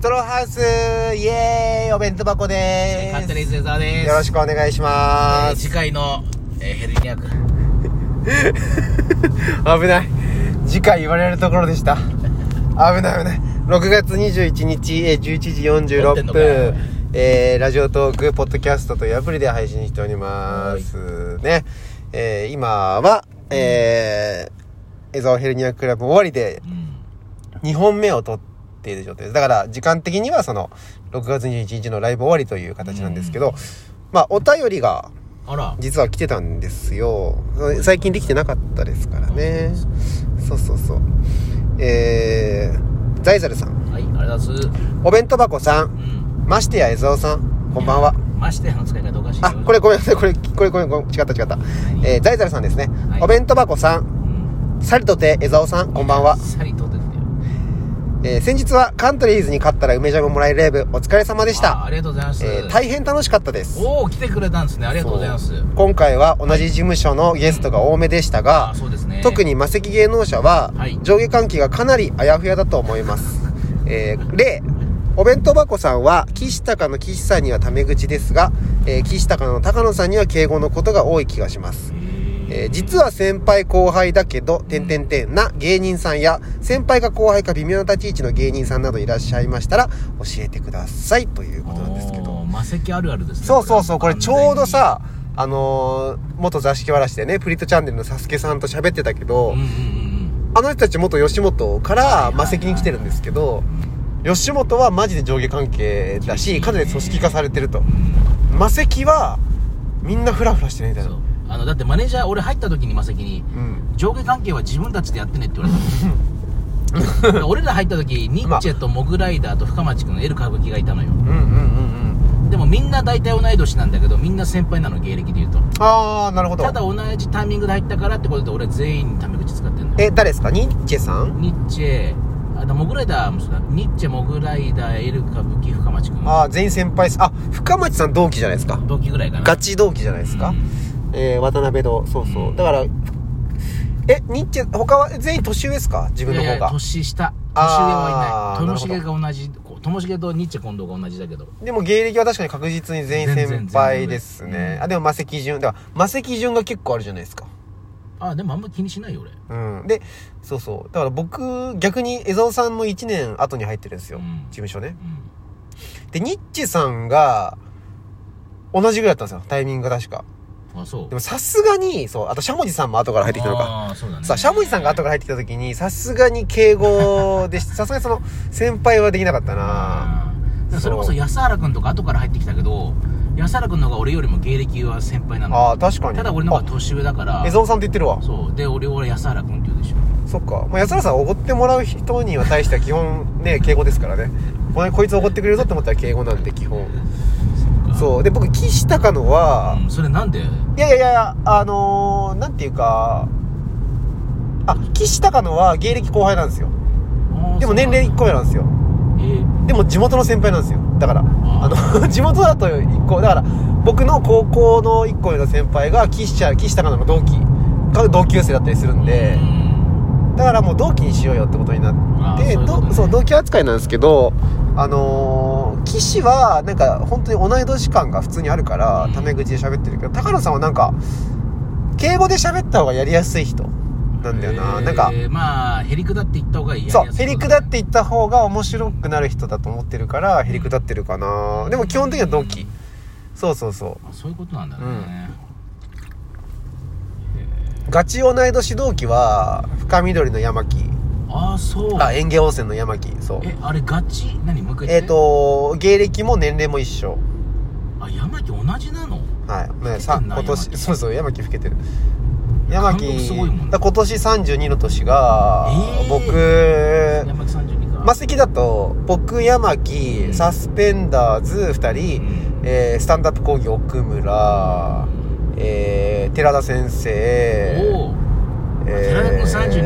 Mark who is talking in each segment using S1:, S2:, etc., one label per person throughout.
S1: トローハウスイエーイお弁当箱で
S2: カン
S1: ー
S2: ト
S1: す
S2: リーズザーです。
S1: よろし
S2: く。
S1: くお願いしま
S2: えー、
S1: す、
S2: 次回の、えー、ヘルニア君。
S1: 危ない次回言われるところでした危ない危ない6月21日えー11時
S2: 撮って
S1: 46
S2: んのかよ
S1: 分えーラジオトークポッドキャストとヤブリで配信しておりますねえー今はえー、エゾヘルニアクラブ終わりで
S2: うん。
S1: 2本目を撮っている状態です。だから、時間的にはその、6月21日のライブ終わりという形なんですけど、まあ、お便りが、
S2: あら。
S1: 実は来てたんですよ。最近できてなかったですからね。そうそうそう。えー、ザイザルさん、
S2: はい、ありがとうございます。
S1: お弁当箱さん、
S2: うん。
S1: ましてや江沢さん、こんばんは。
S2: ましてやの使い方おかしいよ
S1: あ、これ。ごめんなさい、これ、これ、これ、ごめん違った違った。えー、ザイザルさんですね
S2: は。い
S1: お弁当箱さん、
S2: うん。
S1: さりとて江沢さん、こんばんは。
S2: さりとってってよ。
S1: えー先日はカントリーズに勝ったら梅ジャムもらえるライブお疲れ様でし
S2: あ。
S1: た、
S2: ありがとうございます。
S1: えー大変楽しかったです
S2: おお、来てくれたんですね。ありがとうございます。
S1: 今回は同じ事務所のゲストが多めでしたが
S2: あ、そうですね。
S1: 特。に魔石芸能者は
S2: はい
S1: 上下関係がかなりあやふやだと思います、えー例お弁当箱さんは岸高の岸さんにはタメ口ですが、えー岸高の高野さんには敬語のことが多い気がしますえー実は先輩後輩だけど、てんてんてんな芸人さんや、先輩か後輩か微妙な立ち位置の芸人さんなどいらっしゃいましたら、教えてください、ということなんですけど。
S2: おー。魔石あるあるですね。
S1: そうそうそう、これちょうど
S2: 完
S1: さ、あのー元座敷わらしでね、プリットチャンネルのサスケさんと喋ってたけど、
S2: 全に、うんうんうん
S1: あの人たち元吉本か
S2: はいはい
S1: ら
S2: はい
S1: 魔石に来てるんですけど、吉本はマジで上下関係だし、かなり組織化されてると。魔石は、みんなフラフラしてね、みた
S2: うん。
S1: い
S2: そ
S1: な
S2: う。。あの、だってマネージャー、俺入った時に魔石に、
S1: うん。
S2: 上下関係は自分たちでやってねって言われ たの俺ら入った時ニッチェとモグライダーと深町君エル歌舞伎がいたのよ
S1: うんうんうんうん。
S2: でもみんな大体同い年なんだけどみんな先輩なの芸歴で言うと
S1: ああなるほど
S2: ただ同じタイミングで入ったからってことで俺全員にタメ口使ってんのよ
S1: え誰ですかニッチェさん
S2: ニッチェあだモグライダーもそうだニッチェモグライダーエル歌舞伎深町君
S1: ああ全員先輩ですあ深町さん同期じゃないですか
S2: 同期ぐらいかな
S1: ガチ同期じゃないですか、
S2: うん
S1: えー、渡辺とそうそうだからえニッチェ他は全員年上ですか自分
S2: い
S1: の
S2: や
S1: 方
S2: い
S1: が
S2: や年下
S1: あ
S2: 年上は
S1: ー
S2: いないともしげが同じともしげとニッチェ近藤が同じだけど
S1: でも芸歴は確かに確実に全員先輩です
S2: 全然
S1: ね
S2: 全然
S1: あでも魔石順だから魔石順が結構あるじゃないですか
S2: あでもあんま気にしないよ俺
S1: うんでそうそうだから僕逆に江澤さんの1年後に入ってるんですよ、
S2: うん
S1: 事務所ね
S2: うん
S1: でニッチェさんが同じぐらいだったんですよタイミングが確か
S2: あそう
S1: でもさすがに、そう、あとしゃもじさんも後から入ってきたのか。
S2: あーそうだね
S1: さあ、しゃもじさんが後から入ってきた時に、さすがに敬語 でし、さすがにその、先輩はできなかったな
S2: うんそれこそ安原君とか後から入ってきたけど安原君の方が俺よりも芸歴は先輩なの
S1: ああ、確かに。
S2: ただ俺の方が年上だから
S1: あ江蔵さんって言ってるわ。
S2: そうで俺俺安原君って言うでしょ
S1: そっか。まあ、安田さん、おごってもらう人には対しては基本ね、敬語ですからね。このこいつおごってくれるぞって思ったら敬語なんで、基本。そう。で、僕、岸高野は、
S2: うんそれなんで
S1: いやいやいや、あのー、なんていうか、あ、岸高野は芸歴後輩なんですよ。でも年齢1個
S2: や
S1: 上なんですよ。
S2: えー
S1: でも地元の先輩なんですよだからあ
S2: あ
S1: の 地元だと1個だから僕の高校の1個上の先輩が岸ちゃん岸高野の同期か同級生だったりするんで
S2: うん
S1: だからもう同期にしようよってことにな
S2: あ
S1: っ
S2: ーそうい
S1: て
S2: うことね
S1: どそう同期扱いなんですけどあのー岸はなんか本当に同い年感が普通にあるから
S2: うん
S1: タメ口で喋ってるけど高野さんはなんか敬語で喋った方がやりやすい人なんだよな、
S2: えー
S1: なんか
S2: まあへりくだって言った方がいいやりやす
S1: そう、
S2: い
S1: へりくだって言った方が面白くなる人だと思ってるから、へりくだってるかな。でも基本的には同期。そうそうそ
S2: あそういうことなんだね、
S1: うんう。ガチ同い年同期は、深緑の山木。
S2: ああそう
S1: あ、園芸温泉の山木。そう。
S2: えあれガチ何もう一回
S1: え
S2: 言
S1: っ、と、芸歴も年齢も一緒。
S2: あ山木同じなの
S1: はい。ね、
S2: 老けて
S1: さ、
S2: んな
S1: 今
S2: 山
S1: 年、
S2: 木
S1: そうそう、山木老けてる。山木、
S2: 貫禄すごいもんね
S1: だ今年32の年が、
S2: えー
S1: 僕、
S2: 山木32か
S1: マセキだと、僕、山木、サスペンダーズ2人、
S2: うん
S1: えースタンダップ講義奥村、えー寺田先生、
S2: おお寺田
S1: え
S2: 君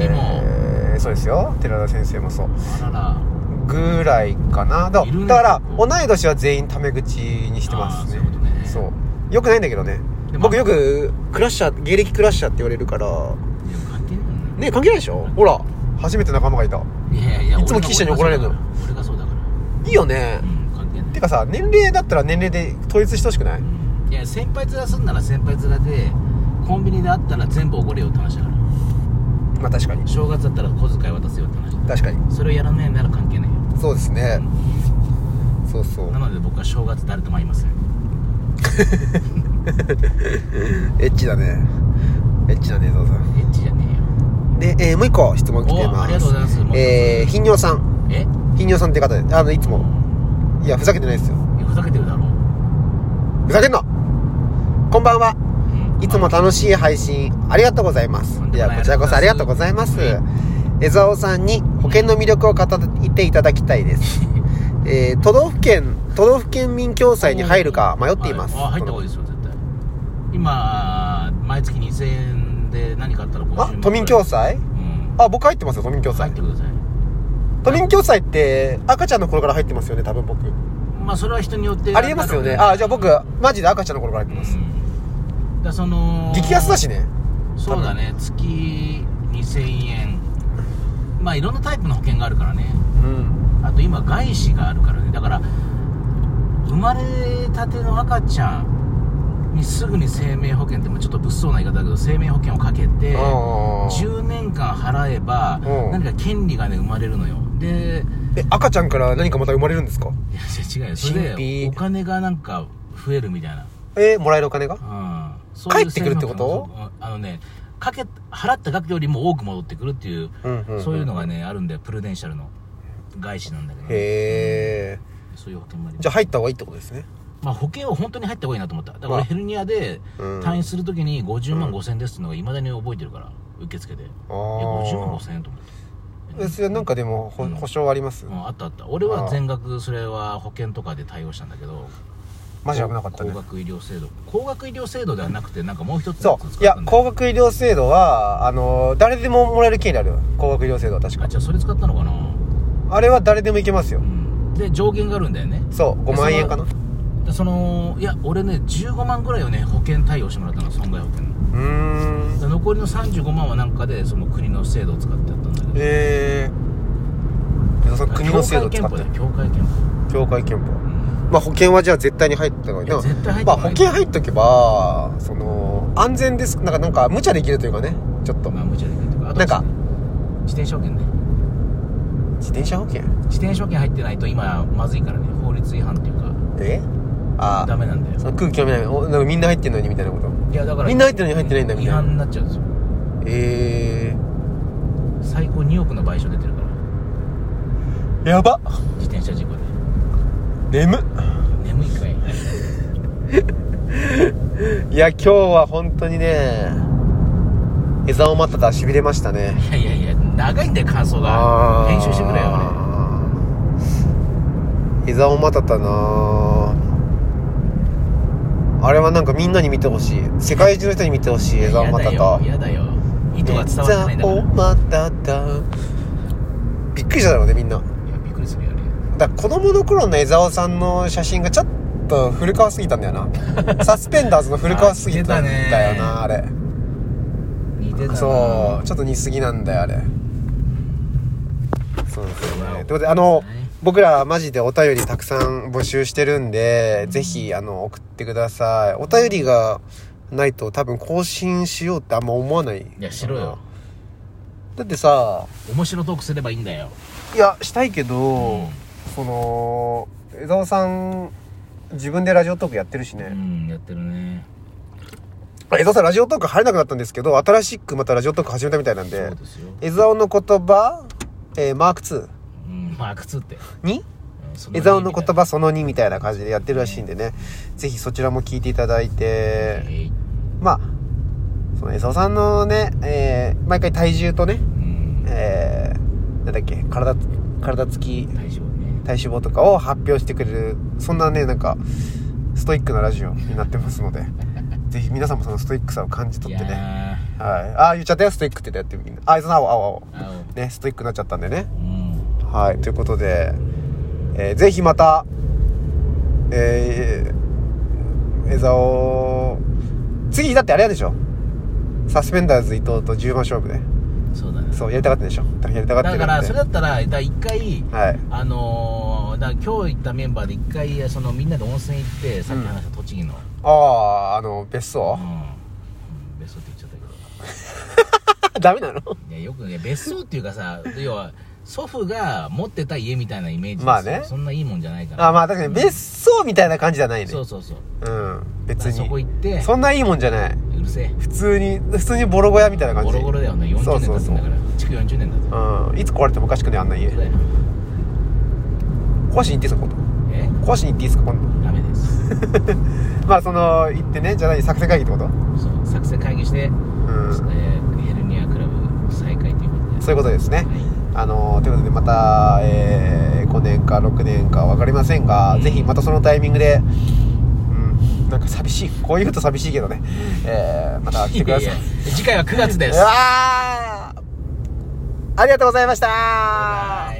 S2: 32も
S1: えーそうですよ寺田先生もそう
S2: あらら
S1: ぐらいかなだ
S2: いるね
S1: だから同い年は全員タメ口にしてますね
S2: あーそういうことね
S1: そうよくないんだけどね
S2: でも
S1: 僕よくクラッシャー芸歴クラッシャーって言われるから
S2: いや関係ないもんね
S1: ねえ関係ないでしょほら初めて仲間がいた
S2: いやいや
S1: いつも記者に怒られるの
S2: 俺がそうだから
S1: いいよね
S2: うん関係ない
S1: てかさ年齢だったら年齢で統一してほしくない
S2: いや先輩面すんなら先輩面でコンビニで会ったら全部おごれよって話だから
S1: まあ確かに
S2: 正月だったら小遣い渡すよって話
S1: 確かに
S2: それをやらないなら関係ないよ
S1: そうですねそうそう
S2: なので僕は正月誰とも会いません
S1: エッチだねエッチだねゾウさん
S2: エッチじゃね
S1: で、えーもう一個質問来てます
S2: おありがとうございますもう一つ
S1: えー、頻尿さん
S2: えよ
S1: 頻尿さんって方であのいつ
S2: え
S1: もいやふざけてないですよ
S2: いやふざけてるだろ
S1: ふざけんなこんばんは
S2: うん
S1: いつも楽しい配信ありがとうございます
S2: とん。
S1: い
S2: でも
S1: や、
S2: ない
S1: こちらこそありがとうございます
S2: は。
S1: 江沢さんに保険の魅力を語っていただきたい です。えー都道府県、都道府県民共済に入るか迷っています。
S2: あ入った方がいいですよ絶対今毎月2000円で何かあったら50万
S1: あ、都民共
S2: 済
S1: 済
S2: うん
S1: あ、僕入ってますよ、都民共
S2: 入
S1: 済
S2: っ。てください
S1: 都民共済って赤ちゃんの頃から入ってますよね、多分僕。
S2: まあそれは人によって
S1: ありえますよね。あ、じゃあ僕、マジで赤ちゃんの頃から入ってます。
S2: うんだからその
S1: 激安だしね。
S2: そうだね月2000円まあいろんなタイプの保険があるからね
S1: うん。
S2: あと今外資があるからねだから生まれたての赤ちゃんにすぐに生命保険ってまあちょっと物騒な言い方だけど生命保険をかけて
S1: あー
S2: 10年間払えば
S1: うん
S2: 何か権利がね生まれるのよで
S1: え、赤ちゃんから何かまた生まれるんですか
S2: いや違うよそれ
S1: 神秘
S2: でお金がなんか増えるみたいな
S1: えーもらえるお金が
S2: うん
S1: 返ってくるってこと
S2: そういう制度もあのねかけ払った額よりも多く戻ってくるっていう、
S1: うんんん
S2: そういうのがねあるんだよプルデンシャルの外資なんだけど、
S1: へえ。
S2: そういう保険もあります
S1: じゃあ入った方がいいってことですね。
S2: まあ、保険は本当に入った方がいいなと思っただから
S1: まあ
S2: 俺ヘルニアで
S1: うん
S2: 退院するときに50万5000ですっていうのがいまだに覚えてるから受付でいや
S1: あ
S2: 50万
S1: あ。
S2: 5000円と思って
S1: えそれなんかでもほ
S2: うん
S1: 保証あります
S2: うんあったあった俺は全額それは保険とかで対応したんだけど
S1: マジ危なかったね
S2: 高。額医療制度高額医療制度ではなくてなんかもう一つ
S1: そ
S2: 使っ
S1: う。
S2: たん
S1: い
S2: だよ
S1: や、高額医療制度は、あの、誰でももらえる権利あるよ。高額医療制度は確か
S2: あ。じゃあそれ使ったのかな
S1: あれは誰でもいけますよ
S2: う。んで上限があるんだよね
S1: そう、5万円かな。う
S2: でそのいや俺ね15万ぐらいをね保険対応してもらったの損害保険の
S1: ーん。
S2: で残りの35万はなんかでその国の制度を使ってやったんだけど
S1: えー。江田さん国の制度を使ってる
S2: 教会憲法だよ教会憲法
S1: 協会憲法
S2: うん
S1: まあ保険はじゃあ絶対に入った方がいい
S2: いや
S1: な
S2: 絶対入っ
S1: ま
S2: た
S1: あ保
S2: 方がいい
S1: 険入っとけばその安全ですなんかなんか無茶できるというかねちょっと
S2: まあ無茶できるとかあと
S1: なんか
S2: 自転車保険ね
S1: 自転車保険
S2: 自転車保険入ってないと今まずいからね法律違反っていうか
S1: えあ
S2: ダメなんだよ
S1: その空気読めないおなんかみんな入ってんのにみたいなこと
S2: いやだから
S1: みんな入ってるのに入ってないんだみ
S2: 違
S1: たいな
S2: 反になっちゃうんですよ
S1: え
S2: 最高2億の賠償出てるから
S1: ー、やば
S2: 自転車事故で
S1: 眠っ
S2: 眠いかい
S1: いや今日は本当にね江沢待ったしびれましたね
S2: いやいやいや長いんだよ感想
S1: あ
S2: が
S1: ー
S2: 編集してくれよ俺
S1: 江沢待ったなあれはなんかみんなに見てほしい世界中の人に見てほしい江沢待った
S2: やだよやだよ意図が伝わってないんだからい
S1: びっくりしただろうねみんな
S2: やびっくりするよね
S1: だから子供の頃の江沢さんの写真がちょっと古川すぎたんだよ なサスペンダーズの古川すぎたんだよなあ
S2: あ
S1: れ
S2: 似てたな
S1: そうちょっと似すぎなんだよあれそうですよ
S2: う
S1: ね
S2: わ
S1: ということであの
S2: はい
S1: 僕らマジでお便りたくさん募集してるんでぜひあの送ってくださいお便りがないと多分更新しようってあんま思わない
S2: いやしろよ
S1: だってさ
S2: 面白トークすればいいんだよ
S1: いやしたいけど、
S2: うん
S1: その江澤さん自分でラジオトークやってるし
S2: う
S1: ね、
S2: んやってるね
S1: 江澤さんラジオトーク入れなくなったんですけど新しくまたラジオトーク始めたみたいなん
S2: そ
S1: で
S2: うですよ
S1: 江澤の言葉、えーマーク2
S2: うんまあ靴って
S1: に
S2: うんそ
S1: 江澤の言葉その2みたいな感じでやってるらしいんでね、ぜひそちらも聞いていただい
S2: え
S1: て、
S2: い
S1: まあその江澤さんのね、えー毎回体重とね、
S2: うん
S1: えーなんだっけ体体つき
S2: 大丈夫ね
S1: 体脂肪とかを発表してくれるそんなねなんかストイックなラジオになってます のでぜひ皆さんもそのストイックさを感じ取って
S2: い
S1: ね
S2: や
S1: はいああ言っちゃったよストイックってやってみんなあいつの青青青
S2: ー青
S1: ねストイックになっちゃったんでね
S2: うん
S1: はいということで、えーぜひまたえー、江沢次だってあれやでしょサスペンダーズ伊藤と10番勝負で
S2: そうだね
S1: そうやりたかったでしょやりたかった
S2: だからそれだ
S1: っ
S2: ったらだから一回
S1: たはい
S2: あのーだから今日行ったメンバーで一回そのみんなで温泉行ってさっき話した栃木の、
S1: あああの別
S2: う
S1: 荘
S2: んうん別荘って言っちゃったけど
S1: ダメなの
S2: いやよくね別荘っていうかさ 要は祖父が持ってた家みたいなイメージですよ
S1: まあね
S2: そんないいもんじゃないから
S1: あまあ確かに別荘みたいな感じじゃないね
S2: そうそうそう
S1: うん別に
S2: そこ行って
S1: そんないいもんじゃないう
S2: るせえ
S1: 普通に普通にボロ小屋みたいな感じ
S2: ボロボロだよね40年経つんだから築40年だぞ
S1: うんいつ壊れてもおかしくないあんな家
S2: そうだよ
S1: 壊しに行っていいですか今
S2: え
S1: 度壊しに行っていいですか今
S2: ダメです
S1: 度まあその行ってねじゃない作戦会議ってこと
S2: そう作戦会議して、
S1: うん
S2: えーヘルニアクラブ再開ということで
S1: そういうことですね
S2: は
S1: あのということでまた、えー5年か6年か分かりませんが、
S2: うん
S1: ぜひまたそのタイミングでうんなんか寂しいこういうと寂しいけどね、えーまた
S2: い
S1: 来てください
S2: やや次回は9月です
S1: うわーありがとうございました
S2: バイバイ